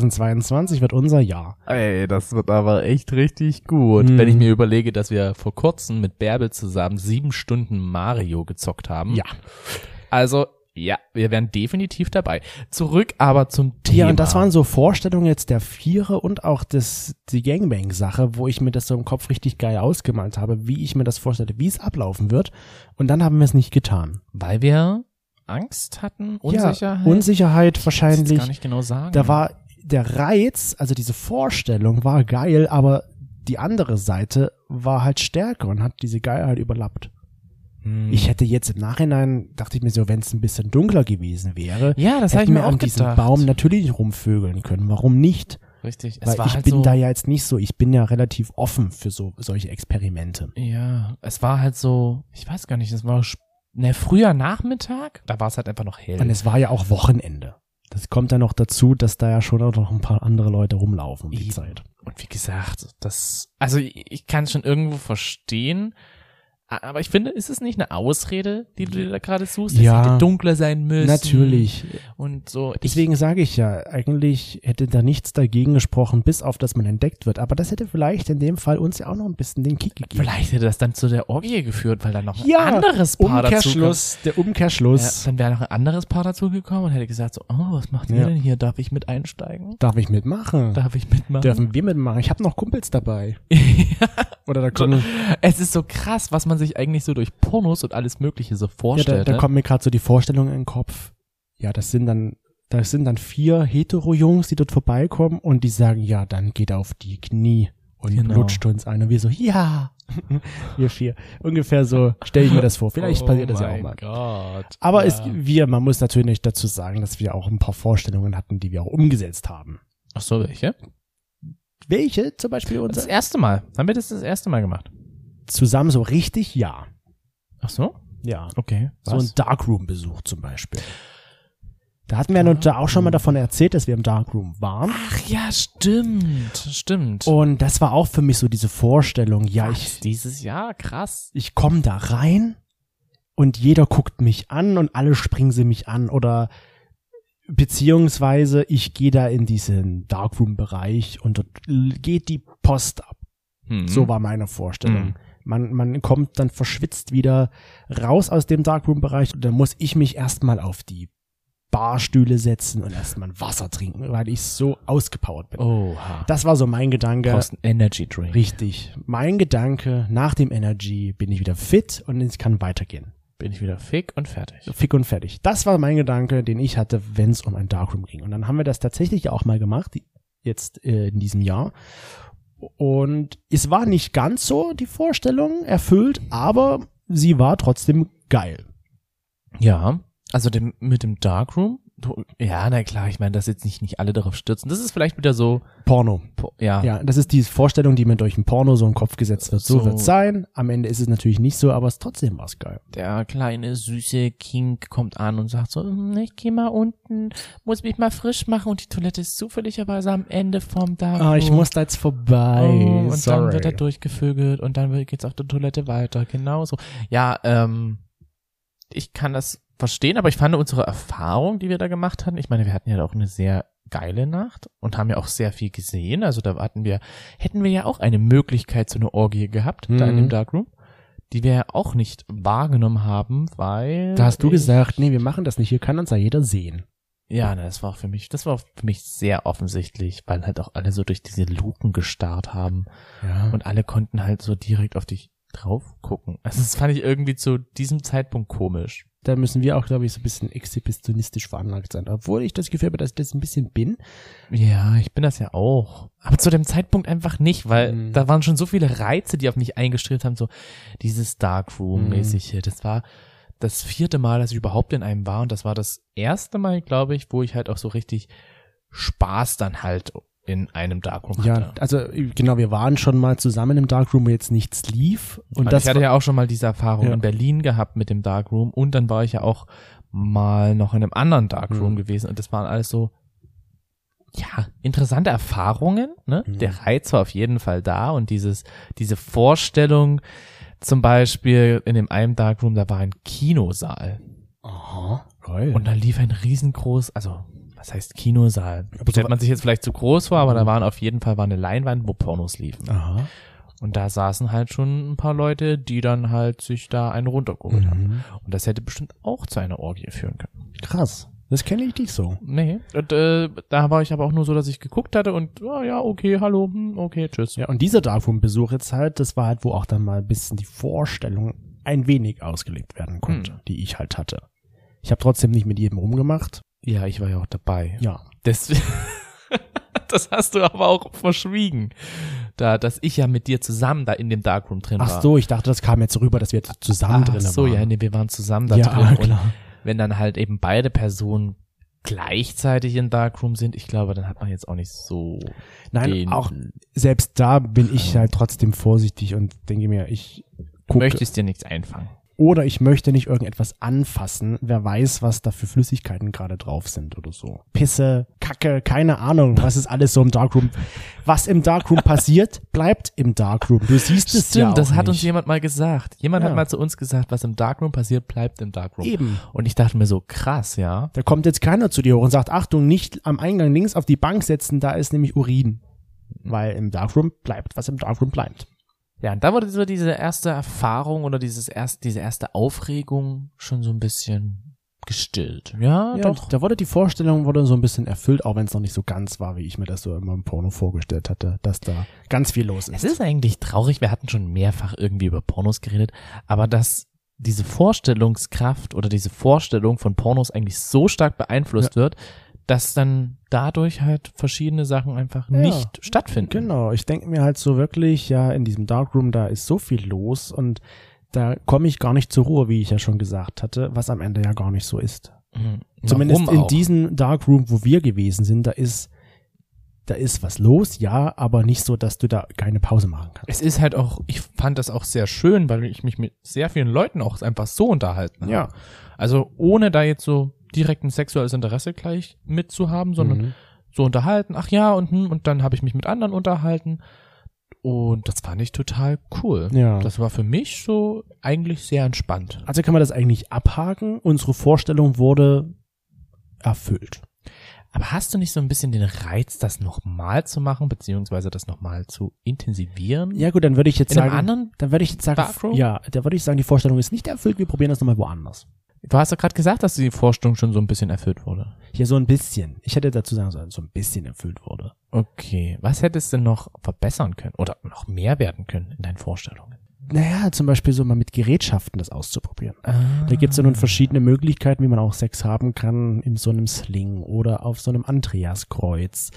S1: 2022 wird unser Jahr.
S2: ey, das wird aber echt richtig gut.
S1: Mhm.
S2: Wenn ich mir überlege, dass wir vor kurzem mit Bärbel zusammen sieben Stunden Mario gezockt haben.
S1: Ja.
S2: Also, ja, wir wären definitiv dabei. Zurück aber zum Thema.
S1: Ja, und das waren so Vorstellungen jetzt der Viere und auch das, die Gangbang-Sache, wo ich mir das so im Kopf richtig geil ausgemalt habe, wie ich mir das vorstelle, wie es ablaufen wird. Und dann haben wir es nicht getan.
S2: Weil wir Angst hatten, Unsicherheit.
S1: Ja, Unsicherheit
S2: Ich kann's jetzt
S1: wahrscheinlich.
S2: gar nicht genau sagen.
S1: Da war der Reiz, also diese Vorstellung war geil, aber die andere Seite war halt stärker und hat diese Geilheit überlappt.
S2: Mhm. Hm.
S1: Ich hätte jetzt im Nachhinein, dachte ich mir so, wenn es ein bisschen dunkler gewesen wäre,
S2: ja, das habe ich
S1: hätten
S2: mir
S1: wir
S2: auch
S1: an diesem
S2: gedacht.
S1: Baum natürlich rumvögeln können. Warum nicht?
S2: Richtig.
S1: Weil
S2: Es war
S1: ich
S2: halt
S1: bin
S2: so,
S1: da ja jetzt nicht so, ich bin ja relativ offen für so solche Experimente.
S2: Ja, es war halt so, ich weiß gar nicht, es war sp- ne, früher Nachmittag, da war es halt einfach noch hell.
S1: Und es war ja auch Wochenende. Das kommt ja noch dazu, dass da ja schon auch noch ein paar andere Leute rumlaufen um die
S2: Eben.
S1: Zeit.
S2: Und wie gesagt, das, also ich, ich kann es schon irgendwo verstehen, a- aber ich finde, ist es nicht eine Ausrede, die du dir da gerade suchst,
S1: Ja.
S2: dass hätte dunkler sein müssen?
S1: Natürlich.
S2: Und so.
S1: Deswegen sage ich ja, eigentlich hätte da nichts dagegen gesprochen, bis auf dass man entdeckt wird. Aber das hätte vielleicht in dem Fall uns ja auch noch ein bisschen den Kick gegeben.
S2: Vielleicht hätte das dann zu der Orgie geführt, weil dann noch ein
S1: Ja,
S2: anderes Paar dazu
S1: Umkehrschluss, der
S2: Ja,
S1: Umkehrschluss.
S2: dann wäre noch ein anderes Paar dazugekommen und hätte gesagt so, oh, was macht ihr
S1: Ja.
S2: denn hier? Darf ich mit einsteigen?
S1: Darf ich mitmachen?
S2: Darf ich mitmachen?
S1: Dürfen wir mitmachen? Ich habe noch Kumpels dabei. Oder da kommen,
S2: Es ist so krass, was man sich eigentlich so durch Pornos und alles Mögliche so
S1: ja, da,
S2: vorstellt.
S1: da
S2: ne?
S1: kommen mir gerade so die Vorstellungen in den Kopf. Ja, das sind dann, das sind dann vier Hetero-Jungs, die dort vorbeikommen und die sagen, ja, dann geht auf die Knie und
S2: Genau.
S1: lutscht uns ein. Und wir so, ja, wir vier. Ungefähr so stelle ich mir das vor. Vielleicht
S2: oh
S1: passiert das ja auch
S2: mein
S1: mal.
S2: Gott.
S1: Aber
S2: ja.
S1: es, wir, man muss natürlich dazu sagen, dass wir auch ein paar Vorstellungen hatten, die wir auch umgesetzt haben.
S2: Ach so, welche?
S1: Welche zum Beispiel
S2: Das
S1: uns
S2: erste Mal. Haben wir das das erste Mal gemacht?
S1: zusammen so richtig, ja.
S2: Ach so?
S1: Ja.
S2: Okay.
S1: So ein Darkroom-Besuch zum Beispiel. Da hatten wir ja Hm. nun da auch schon mal davon erzählt, dass wir im Darkroom waren.
S2: Ach ja, stimmt. Stimmt.
S1: Und das war auch für mich so diese Vorstellung, Oh, ja, ich,
S2: Dieses Jahr, krass.
S1: ich komme da rein und jeder guckt mich an und alle springen sie mich an oder beziehungsweise ich gehe da in diesen Darkroom-Bereich und dort l- geht die Post ab.
S2: Hm.
S1: So war meine Vorstellung.
S2: Mhm.
S1: Man, man kommt dann verschwitzt wieder raus aus dem Darkroom-Bereich und dann muss ich mich erstmal auf die Barstühle setzen und erstmal ein Wasser trinken, weil ich so ausgepowert
S2: Oh.
S1: bin.
S2: Oha.
S1: Das war so mein Gedanke.
S2: Du brauchst einen Energy Drink.
S1: Richtig. Mein Gedanke, nach dem Energy bin ich wieder fit und ich kann weitergehen.
S2: Bin ich wieder fick und fertig.
S1: Fick und fertig. Das war mein Gedanke, den ich hatte, wenn es um ein Darkroom ging. Und dann haben wir das tatsächlich ja auch mal gemacht, jetzt äh, in diesem Jahr. Und es war nicht ganz so die Vorstellung erfüllt, aber sie war trotzdem geil.
S2: Ja. Also dem, mit dem Darkroom. Du, ja, na klar, ich meine, dass jetzt nicht, nicht alle darauf stürzen. Das ist vielleicht wieder so,
S1: Porno.
S2: po- ja.
S1: Ja, das ist die Vorstellung, die mir durch ein Porno so in den Kopf gesetzt wird. So,
S2: So.
S1: wird's sein. Am Ende ist es natürlich nicht so, aber es trotzdem war's geil.
S2: Der kleine, süße King kommt an und sagt so, "Hm, ich geh mal unten, muss mich mal frisch machen und die Toilette ist zufälligerweise am Ende vom Darkroom.
S1: Ah, ich muss da jetzt vorbei.
S2: Oh, und
S1: Sorry.
S2: dann wird er durchgevögelt und dann wird- geht's auf der Toilette weiter. Genauso. Ja, ähm, ich kann das verstehen, aber ich fand unsere Erfahrung, die wir da gemacht hatten, ich meine, wir hatten ja auch eine sehr geile Nacht und haben ja auch sehr viel gesehen. Also da hatten wir, hätten wir ja auch eine Möglichkeit zu einer Orgie gehabt, da in
S1: Mhm.
S2: dem Darkroom, die wir ja auch nicht wahrgenommen haben, weil.
S1: Da hast du
S2: ich-
S1: gesagt, nee, wir machen das nicht. Hier kann uns ja jeder sehen.
S2: Ja, ne, das war auch für mich, das war für mich sehr offensichtlich, weil halt auch alle so durch diese Luken gestarrt haben.
S1: Ja. Und
S2: Und alle konnten halt so direkt auf dich drauf gucken. Also das fand ich irgendwie zu diesem Zeitpunkt komisch.
S1: da müssen wir auch, glaube ich, so ein bisschen exhibitionistisch veranlagt sein. Obwohl ich das Gefühl habe, dass ich das ein bisschen bin.
S2: Ja, ich bin das ja auch. Aber zu dem Zeitpunkt einfach nicht, weil
S1: Mhm.
S2: da waren schon so viele Reize, die auf mich eingestellt haben, so dieses Mhm. Darkroom-mäßige. Das war das vierte Mal, dass ich überhaupt in einem war und das war das erste Mal, glaube ich, wo ich halt auch so richtig Spaß dann halt in einem Darkroom hatte.
S1: Ja, also äh, genau, wir waren schon mal zusammen im Darkroom, wo jetzt nichts lief. Und
S2: Und
S1: das
S2: Also ich hatte
S1: war,
S2: ja auch schon mal diese Erfahrung
S1: Ja.
S2: in Berlin gehabt mit dem Darkroom und dann war ich ja auch mal noch in einem anderen Darkroom
S1: Mhm.
S2: gewesen und das waren alles so ja, interessante Erfahrungen, ne?
S1: Mhm.
S2: Der Reiz war auf jeden Fall da und dieses, diese Vorstellung, zum Beispiel in dem einen Darkroom, da war ein Kinosaal
S1: aha, geil.
S2: und da lief ein riesengroß, also, was heißt Kinosaal?
S1: Aber so
S2: Stellt
S1: wa-
S2: man sich jetzt vielleicht zu groß vor, aber da waren auf jeden Fall war eine Leinwand, wo Pornos liefen.
S1: aha.
S2: Und da saßen halt schon ein paar Leute, die dann halt sich da einen runtergeholt haben.
S1: Mhm.
S2: Und das hätte bestimmt auch zu einer Orgie führen können.
S1: Krass. Das kenne ich nicht so.
S2: Nee. Und, äh, da war ich aber auch nur so, dass ich geguckt hatte und, ah ja, okay, hallo, hm, okay, tschüss.
S1: Ja, und dieser Darkroom-Besuch jetzt halt, das war halt, wo auch dann mal ein bisschen die Vorstellung ein wenig ausgelebt werden
S2: Hm.
S1: konnte, die ich halt hatte. Ich habe trotzdem nicht mit jedem rumgemacht.
S2: Ja, ich war ja auch dabei.
S1: Ja,
S2: Das, das hast du aber auch verschwiegen. da, dass ich ja mit dir zusammen da in dem Darkroom drin war.
S1: Ach so, ich dachte, das kam jetzt rüber, dass wir jetzt zusammen
S2: Ach
S1: drin waren.
S2: so, ja, nee, wir waren zusammen da
S1: ja
S2: drin. Und
S1: klar.
S2: wenn dann halt eben beide Personen gleichzeitig in Darkroom sind, ich glaube, dann hat man jetzt auch nicht so
S1: Nein,
S2: den,
S1: auch selbst da bin ich halt trotzdem vorsichtig und denke mir, ich
S2: du
S1: gucke.
S2: möchtest dir nichts einfangen.
S1: Oder ich möchte nicht irgendetwas anfassen. Wer weiß, was da für Flüssigkeiten gerade drauf sind oder so. Pisse, Kacke, keine Ahnung, was ist alles so im Darkroom. Was im Darkroom passiert, bleibt im Darkroom. Du siehst es ja auch
S2: das hat uns
S1: nicht.
S2: jemand mal gesagt. Jemand
S1: Ja.
S2: hat mal zu uns gesagt, was im Darkroom passiert, bleibt im Darkroom.
S1: Eben.
S2: Und ich dachte mir so, krass, ja.
S1: Da kommt jetzt keiner zu dir hoch und sagt, Achtung, nicht am Eingang links auf die Bank setzen, da ist nämlich Urin. Weil im Darkroom bleibt, was im Darkroom bleibt.
S2: Ja, und da wurde so diese erste Erfahrung oder dieses erst, diese erste Aufregung schon so ein bisschen gestillt. Ja,
S1: Ja,
S2: doch.
S1: Da wurde die Vorstellung wurde so ein bisschen erfüllt, auch wenn es noch nicht so ganz war, wie ich mir das so immer im Porno vorgestellt hatte, dass da ganz viel los
S2: Es
S1: ist.
S2: ist eigentlich traurig, wir hatten schon mehrfach irgendwie über Pornos geredet, aber dass diese Vorstellungskraft oder diese Vorstellung von Pornos eigentlich so stark beeinflusst wird, dass dann dadurch halt verschiedene Sachen einfach
S1: Ja.
S2: nicht stattfinden.
S1: Genau, ich denke mir halt so wirklich, ja, in diesem Darkroom, da ist so viel los und da komme ich gar nicht zur Ruhe, wie ich ja schon gesagt hatte, was am Ende ja gar nicht so ist.
S2: Mhm.
S1: Zumindest
S2: Warum
S1: in
S2: auch?
S1: diesem Darkroom, wo wir gewesen sind, da ist, da ist was los, ja, aber nicht so, dass du da keine Pause machen kannst.
S2: Es ist halt auch, ich fand das auch sehr schön, weil ich mich mit sehr vielen Leuten auch einfach so unterhalten habe.
S1: Ja.
S2: Also ohne da jetzt so direkt ein sexuelles Interesse gleich mitzuhaben, sondern
S1: Mhm.
S2: so unterhalten, ach ja, und, hm, und dann habe ich mich mit anderen unterhalten. Und das fand ich total cool.
S1: Ja.
S2: Das war für mich so eigentlich sehr entspannt.
S1: Also kann man das eigentlich abhaken. Unsere Vorstellung wurde erfüllt.
S2: Aber hast du nicht so ein bisschen den Reiz, das nochmal zu machen, beziehungsweise das nochmal zu intensivieren?
S1: Ja gut, dann würde ich jetzt
S2: In einem
S1: sagen,
S2: anderen
S1: dann würde ich jetzt sagen,
S2: Darkroom?
S1: ja, da würde ich sagen, die Vorstellung ist nicht erfüllt. Wir probieren das nochmal woanders.
S2: Du hast doch gerade gesagt, dass die Vorstellung schon so ein bisschen erfüllt wurde.
S1: Hier so ein bisschen. Ich hätte dazu sagen sollen, so ein bisschen erfüllt wurde.
S2: Okay, was hättest du noch verbessern können oder noch mehr werden können in deinen Vorstellungen?
S1: Naja, zum Beispiel so mal mit Gerätschaften das auszuprobieren.
S2: Ah.
S1: Da gibt's ja nun verschiedene Möglichkeiten, wie man auch Sex haben kann, in so einem Sling oder auf so einem Andreaskreuz.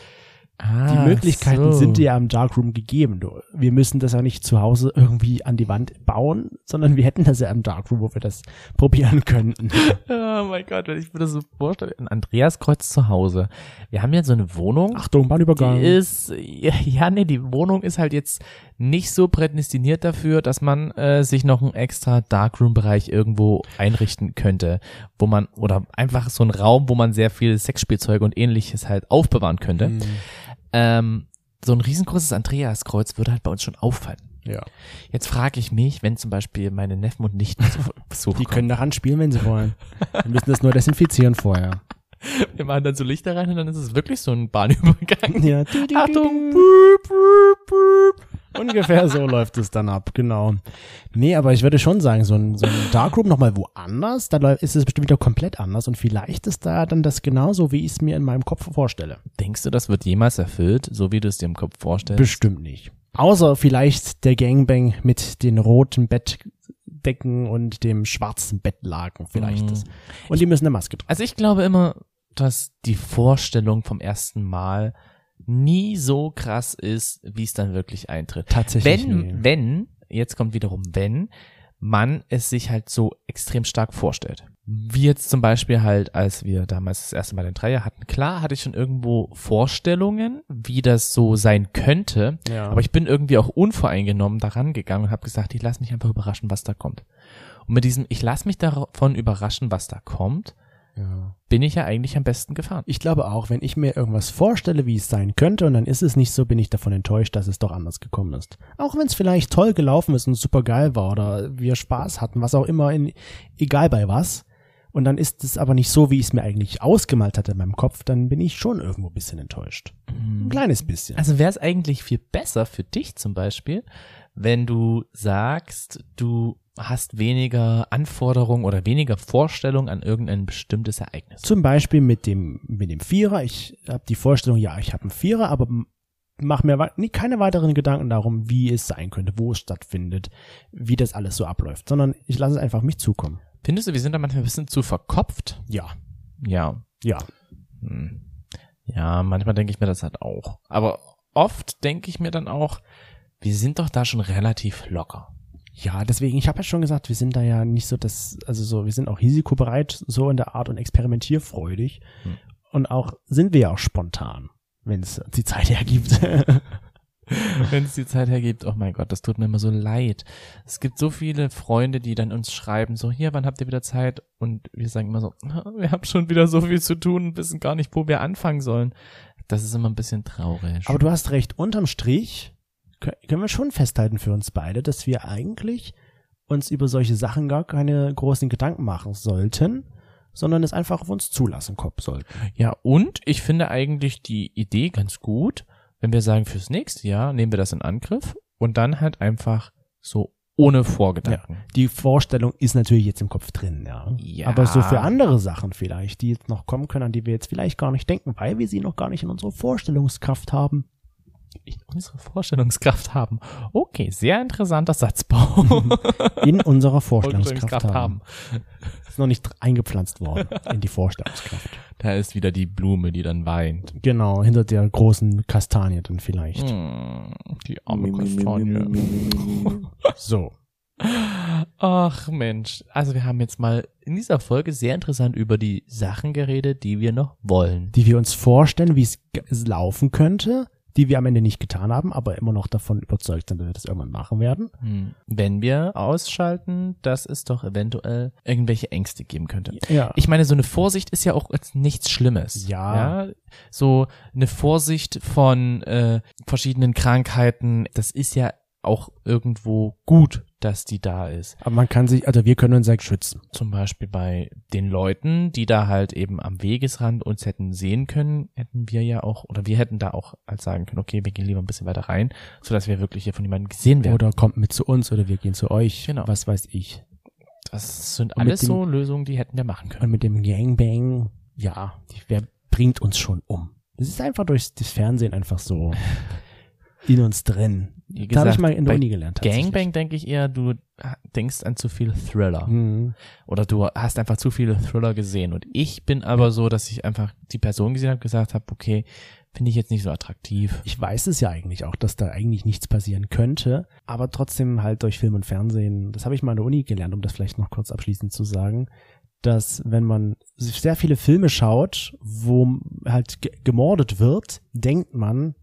S1: Die
S2: Ah,
S1: Möglichkeiten sind dir ja im Darkroom gegeben. Du. Wir müssen das ja nicht zu Hause irgendwie an die Wand bauen, sondern wir hätten das ja im Darkroom, wo wir das probieren könnten.
S2: Oh mein Gott, wenn ich mir das so vorstelle. Ein Andreas Kreuz zu Hause. Wir haben ja so eine Wohnung.
S1: Achtung,
S2: die
S1: Bahnübergang.
S2: ist, ja, ja, nee, die Wohnung ist halt jetzt nicht so prädestiniert dafür, dass man äh, sich noch einen extra Darkroom-Bereich irgendwo einrichten könnte, wo man, oder einfach so einen Raum, wo man sehr viel Sexspielzeug und ähnliches halt aufbewahren könnte.
S1: Mhm.
S2: Ähm, so ein riesengroßes Andreaskreuz würde halt bei uns schon auffallen.
S1: Ja.
S2: Jetzt frage ich mich, wenn zum Beispiel meine Neffen und Nichten zu Besuch
S1: Die
S2: kommen,
S1: können daran spielen, wenn sie wollen. Wir müssen das nur desinfizieren vorher.
S2: wir machen dann so Lichter rein und dann ist es wirklich so ein Bahnübergang.
S1: Ja. Du, du, du,
S2: Achtung,
S1: du.
S2: boop, boop, boop.
S1: Ungefähr so läuft es dann ab, genau. Nee, aber ich würde schon sagen, so ein, so ein Darkroom nochmal woanders, da läu- ist es bestimmt wieder komplett anders und vielleicht ist da dann das genauso, wie ich es mir in meinem Kopf vorstelle.
S2: Denkst du, das wird jemals erfüllt, so wie du es dir im Kopf vorstellst?
S1: Bestimmt nicht. Außer vielleicht der Gangbang mit den roten Bettdecken und dem schwarzen Bettlaken vielleicht.
S2: Mhm.
S1: Das. Und die müssen eine Maske tragen.
S2: also ich glaube immer, dass die Vorstellung vom ersten Mal nie so krass ist, wie es dann wirklich eintritt.
S1: Tatsächlich.
S2: Wenn, wenn, jetzt kommt wiederum wenn, man es sich halt so extrem stark vorstellt. Wie jetzt zum Beispiel halt, als wir damals das erste Mal den Dreier hatten, klar hatte ich schon irgendwo Vorstellungen, wie das so sein könnte,
S1: Ja.
S2: aber ich bin irgendwie auch unvoreingenommen daran gegangen und habe gesagt, ich lasse mich einfach überraschen, was da kommt. Und mit diesem, ich lasse mich davon überraschen, was da kommt,
S1: ja.
S2: bin ich ja eigentlich am besten gefahren.
S1: Ich glaube auch, wenn ich mir irgendwas vorstelle, wie es sein könnte, und dann ist es nicht so, bin ich davon enttäuscht, dass es doch anders gekommen ist. Auch wenn es vielleicht toll gelaufen ist und super geil war oder wir Spaß hatten, was auch immer, in, egal bei was. Und dann ist es aber nicht so, wie ich es mir eigentlich ausgemalt hatte in meinem Kopf, dann bin ich schon irgendwo ein bisschen enttäuscht. Ein kleines bisschen.
S2: Also wäre es eigentlich viel besser für dich zum Beispiel, wenn du sagst, du hast weniger Anforderungen oder weniger Vorstellungen an irgendein bestimmtes Ereignis.
S1: Zum Beispiel mit dem, mit dem Vierer. Ich habe die Vorstellung, ja, ich habe einen Vierer, aber m- mach mir wei- nee, keine weiteren Gedanken darum, wie es sein könnte, wo es stattfindet, wie das alles so abläuft, sondern ich lasse es einfach auf mich zukommen.
S2: Findest du, wir sind da manchmal ein bisschen zu verkopft?
S1: Ja,
S2: Ja.
S1: ja.
S2: Hm. Ja, manchmal denke ich mir das halt auch. Aber oft denke ich mir dann auch, wir sind doch da schon relativ locker.
S1: Ja, deswegen, ich habe ja schon gesagt, wir sind da ja nicht so das, also so, wir sind auch risikobereit, so in der Art und experimentierfreudig.
S2: Hm.
S1: Und auch sind wir ja auch spontan, wenn es die Zeit hergibt.
S2: Wenn es die Zeit hergibt, oh mein Gott, das tut mir immer so leid. Es gibt so viele Freunde, die dann uns schreiben, so hier, wann habt ihr wieder Zeit? Und wir sagen immer so, wir haben schon wieder so viel zu tun und wissen gar nicht, wo wir anfangen sollen. Das ist immer ein bisschen traurig.
S1: Aber du hast recht, unterm Strich kö- können wir schon festhalten für uns beide, dass wir eigentlich uns über solche Sachen gar keine großen Gedanken machen sollten, sondern es einfach auf uns zulassen kommen sollten.
S2: Ja, und ich finde eigentlich die Idee ganz gut, wenn wir sagen, fürs nächste Jahr nehmen wir das in Angriff und dann halt einfach so ohne Vorgedanken.
S1: Die Vorstellung ist natürlich jetzt im Kopf drin, ja.
S2: Ja.
S1: Aber so für andere Sachen vielleicht, die jetzt noch kommen können, an die wir jetzt vielleicht gar nicht denken, weil wir sie noch gar nicht in unserer Vorstellungskraft haben.
S2: Ich, unsere Vorstellungskraft haben. Okay, sehr interessanter Satzbau.
S1: In unserer Vorstellungskraft haben. Ist noch nicht eingepflanzt worden in die Vorstellungskraft.
S2: Da ist wieder die Blume, die dann weint.
S1: Genau, hinter der großen Kastanie dann vielleicht.
S2: Hm, Die arme Kastanie.
S1: So.
S2: Ach Mensch, also wir haben jetzt mal in dieser Folge sehr interessant über die Sachen geredet, die wir noch wollen.
S1: die wir uns vorstellen, wie es g- es laufen könnte, die wir am Ende nicht getan haben, aber immer noch davon überzeugt sind, dass wir das irgendwann machen werden.
S2: Hm. Wenn wir ausschalten, dass es doch eventuell irgendwelche Ängste geben könnte.
S1: Ja.
S2: Ich meine, so eine Vorsicht ist ja auch jetzt nichts Schlimmes.
S1: Ja.
S2: ja. So eine Vorsicht von äh, verschiedenen Krankheiten, das ist ja auch irgendwo gut, dass die da ist.
S1: aber man kann sich, also wir können uns halt schützen.
S2: zum Beispiel bei den Leuten, die da halt eben am Wegesrand uns hätten sehen können, hätten wir ja auch, oder wir hätten da auch halt sagen können, okay, wir gehen lieber ein bisschen weiter rein, sodass wir wirklich hier von jemandem gesehen werden.
S1: Oder kommt mit zu uns oder wir gehen zu euch.
S2: Genau.
S1: Was weiß ich.
S2: das sind
S1: Und mit
S2: alles so Lösungen, die hätten wir machen können.
S1: Und mit dem Gangbang, ja, die, wer bringt uns schon um? Das ist einfach durch das Fernsehen einfach so in uns drin.
S2: Wie
S1: da habe ich
S2: gesagt,
S1: mal in der
S2: bei
S1: Uni gelernt. tatsächlich.
S2: Gangbang denke ich eher, du denkst an zu viel Thriller.
S1: Hm.
S2: Oder du hast einfach zu viele Thriller gesehen. Und ich bin aber so, dass ich einfach die Person gesehen habe, gesagt habe, okay, finde ich jetzt nicht so attraktiv.
S1: ich weiß es ja eigentlich auch, dass da eigentlich nichts passieren könnte, aber trotzdem halt durch Film und Fernsehen, das habe ich mal an der Uni gelernt, um das vielleicht noch kurz abschließend zu sagen, dass wenn man sehr viele Filme schaut, wo halt ge- gemordet wird, denkt man,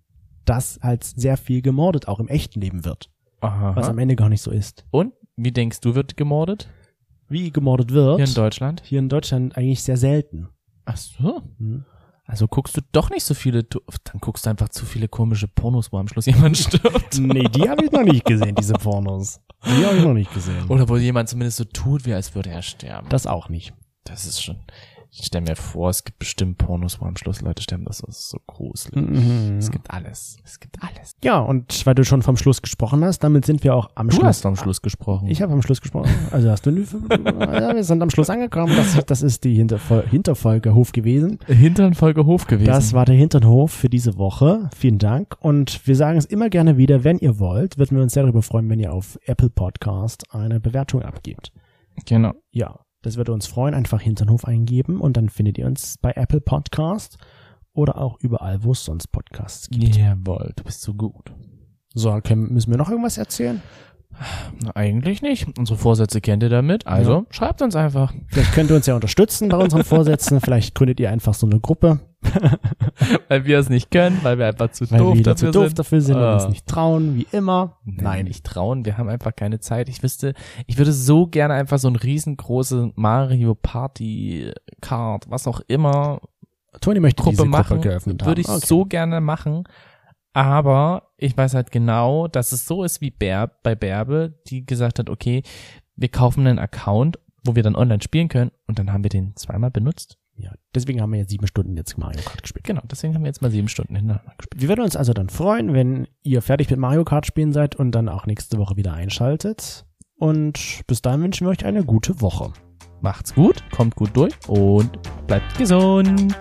S1: dass halt sehr viel gemordet auch im echten Leben wird,
S2: Aha.
S1: was am Ende gar nicht so ist.
S2: Und wie denkst du, wird gemordet?
S1: Wie gemordet wird,
S2: Hier in Deutschland?
S1: hier in Deutschland eigentlich sehr selten.
S2: Ach so.
S1: Hm.
S2: Also guckst du doch nicht so viele, du- dann guckst du einfach zu viele komische Pornos, wo am Schluss jemand stirbt.
S1: Nee, die habe ich noch nicht gesehen, diese Pornos. Die habe ich noch nicht gesehen.
S2: Oder wo jemand zumindest so tut, wie als würde er sterben.
S1: Das auch nicht.
S2: Das ist schon, ich stell mir vor, es gibt bestimmt Pornos, wo am Schluss Leute sterben, das ist so gruselig.
S1: Mhm.
S2: Es gibt alles. Es gibt alles.
S1: Ja, und weil du schon vom Schluss gesprochen hast, damit sind wir auch am
S2: Du
S1: Schluss.
S2: hast am Schluss gesprochen.
S1: ich habe am Schluss gesprochen. Also hast du nie, ja, wir sind am Schluss angekommen. Das, das ist die Hinterfol Hinterfolgerhof gewesen.
S2: Hintern Folge Hof gewesen.
S1: Das war der Hinternhof für diese Woche. Vielen Dank. Und wir sagen es immer gerne wieder, wenn ihr wollt, würden wir uns sehr darüber freuen, wenn ihr auf Apple Podcast eine Bewertung abgebt.
S2: genau.
S1: Ja, das würde uns freuen. Einfach Hinternhof eingeben und dann findet ihr uns bei Apple Podcast oder auch überall, wo es sonst Podcasts gibt.
S2: Jawohl, du bist so gut.
S1: So, okay, müssen wir noch irgendwas erzählen?
S2: Na, eigentlich nicht. Unsere Vorsätze kennt ihr damit, also schreibt uns einfach.
S1: Vielleicht könnt ihr uns ja unterstützen bei unseren Vorsätzen. Vielleicht gründet ihr einfach so eine Gruppe,
S2: Weil wir es nicht können, weil wir einfach zu
S1: weil
S2: doof
S1: wir
S2: dafür
S1: zu doof
S2: sind.
S1: dafür sind und
S2: Ah.
S1: uns nicht trauen, wie immer.
S2: Nein, nicht trauen. Wir haben einfach keine Zeit. Ich wüsste, ich würde so gerne einfach so ein riesengroße Mario Party Card, was auch immer,
S1: Toni möchte
S2: Gruppe
S1: diese
S2: machen.
S1: Gruppe geöffnet haben.
S2: würde ich
S1: Okay.
S2: so gerne machen. Aber ich weiß halt genau, dass es so ist wie Berb, bei Bärbe, die gesagt hat, okay, wir kaufen einen Account, wo wir dann online spielen können und dann haben wir den zweimal benutzt.
S1: Ja, deswegen haben wir jetzt sieben Stunden jetzt Mario Kart gespielt.
S2: Genau, deswegen haben wir jetzt mal sieben Stunden hintereinander gespielt.
S1: Wir würden uns also dann freuen, wenn ihr fertig mit Mario Kart spielen seid und dann auch nächste Woche wieder einschaltet. Und bis dahin wünschen wir euch eine gute Woche.
S2: Macht's gut, kommt gut durch und bleibt gesund.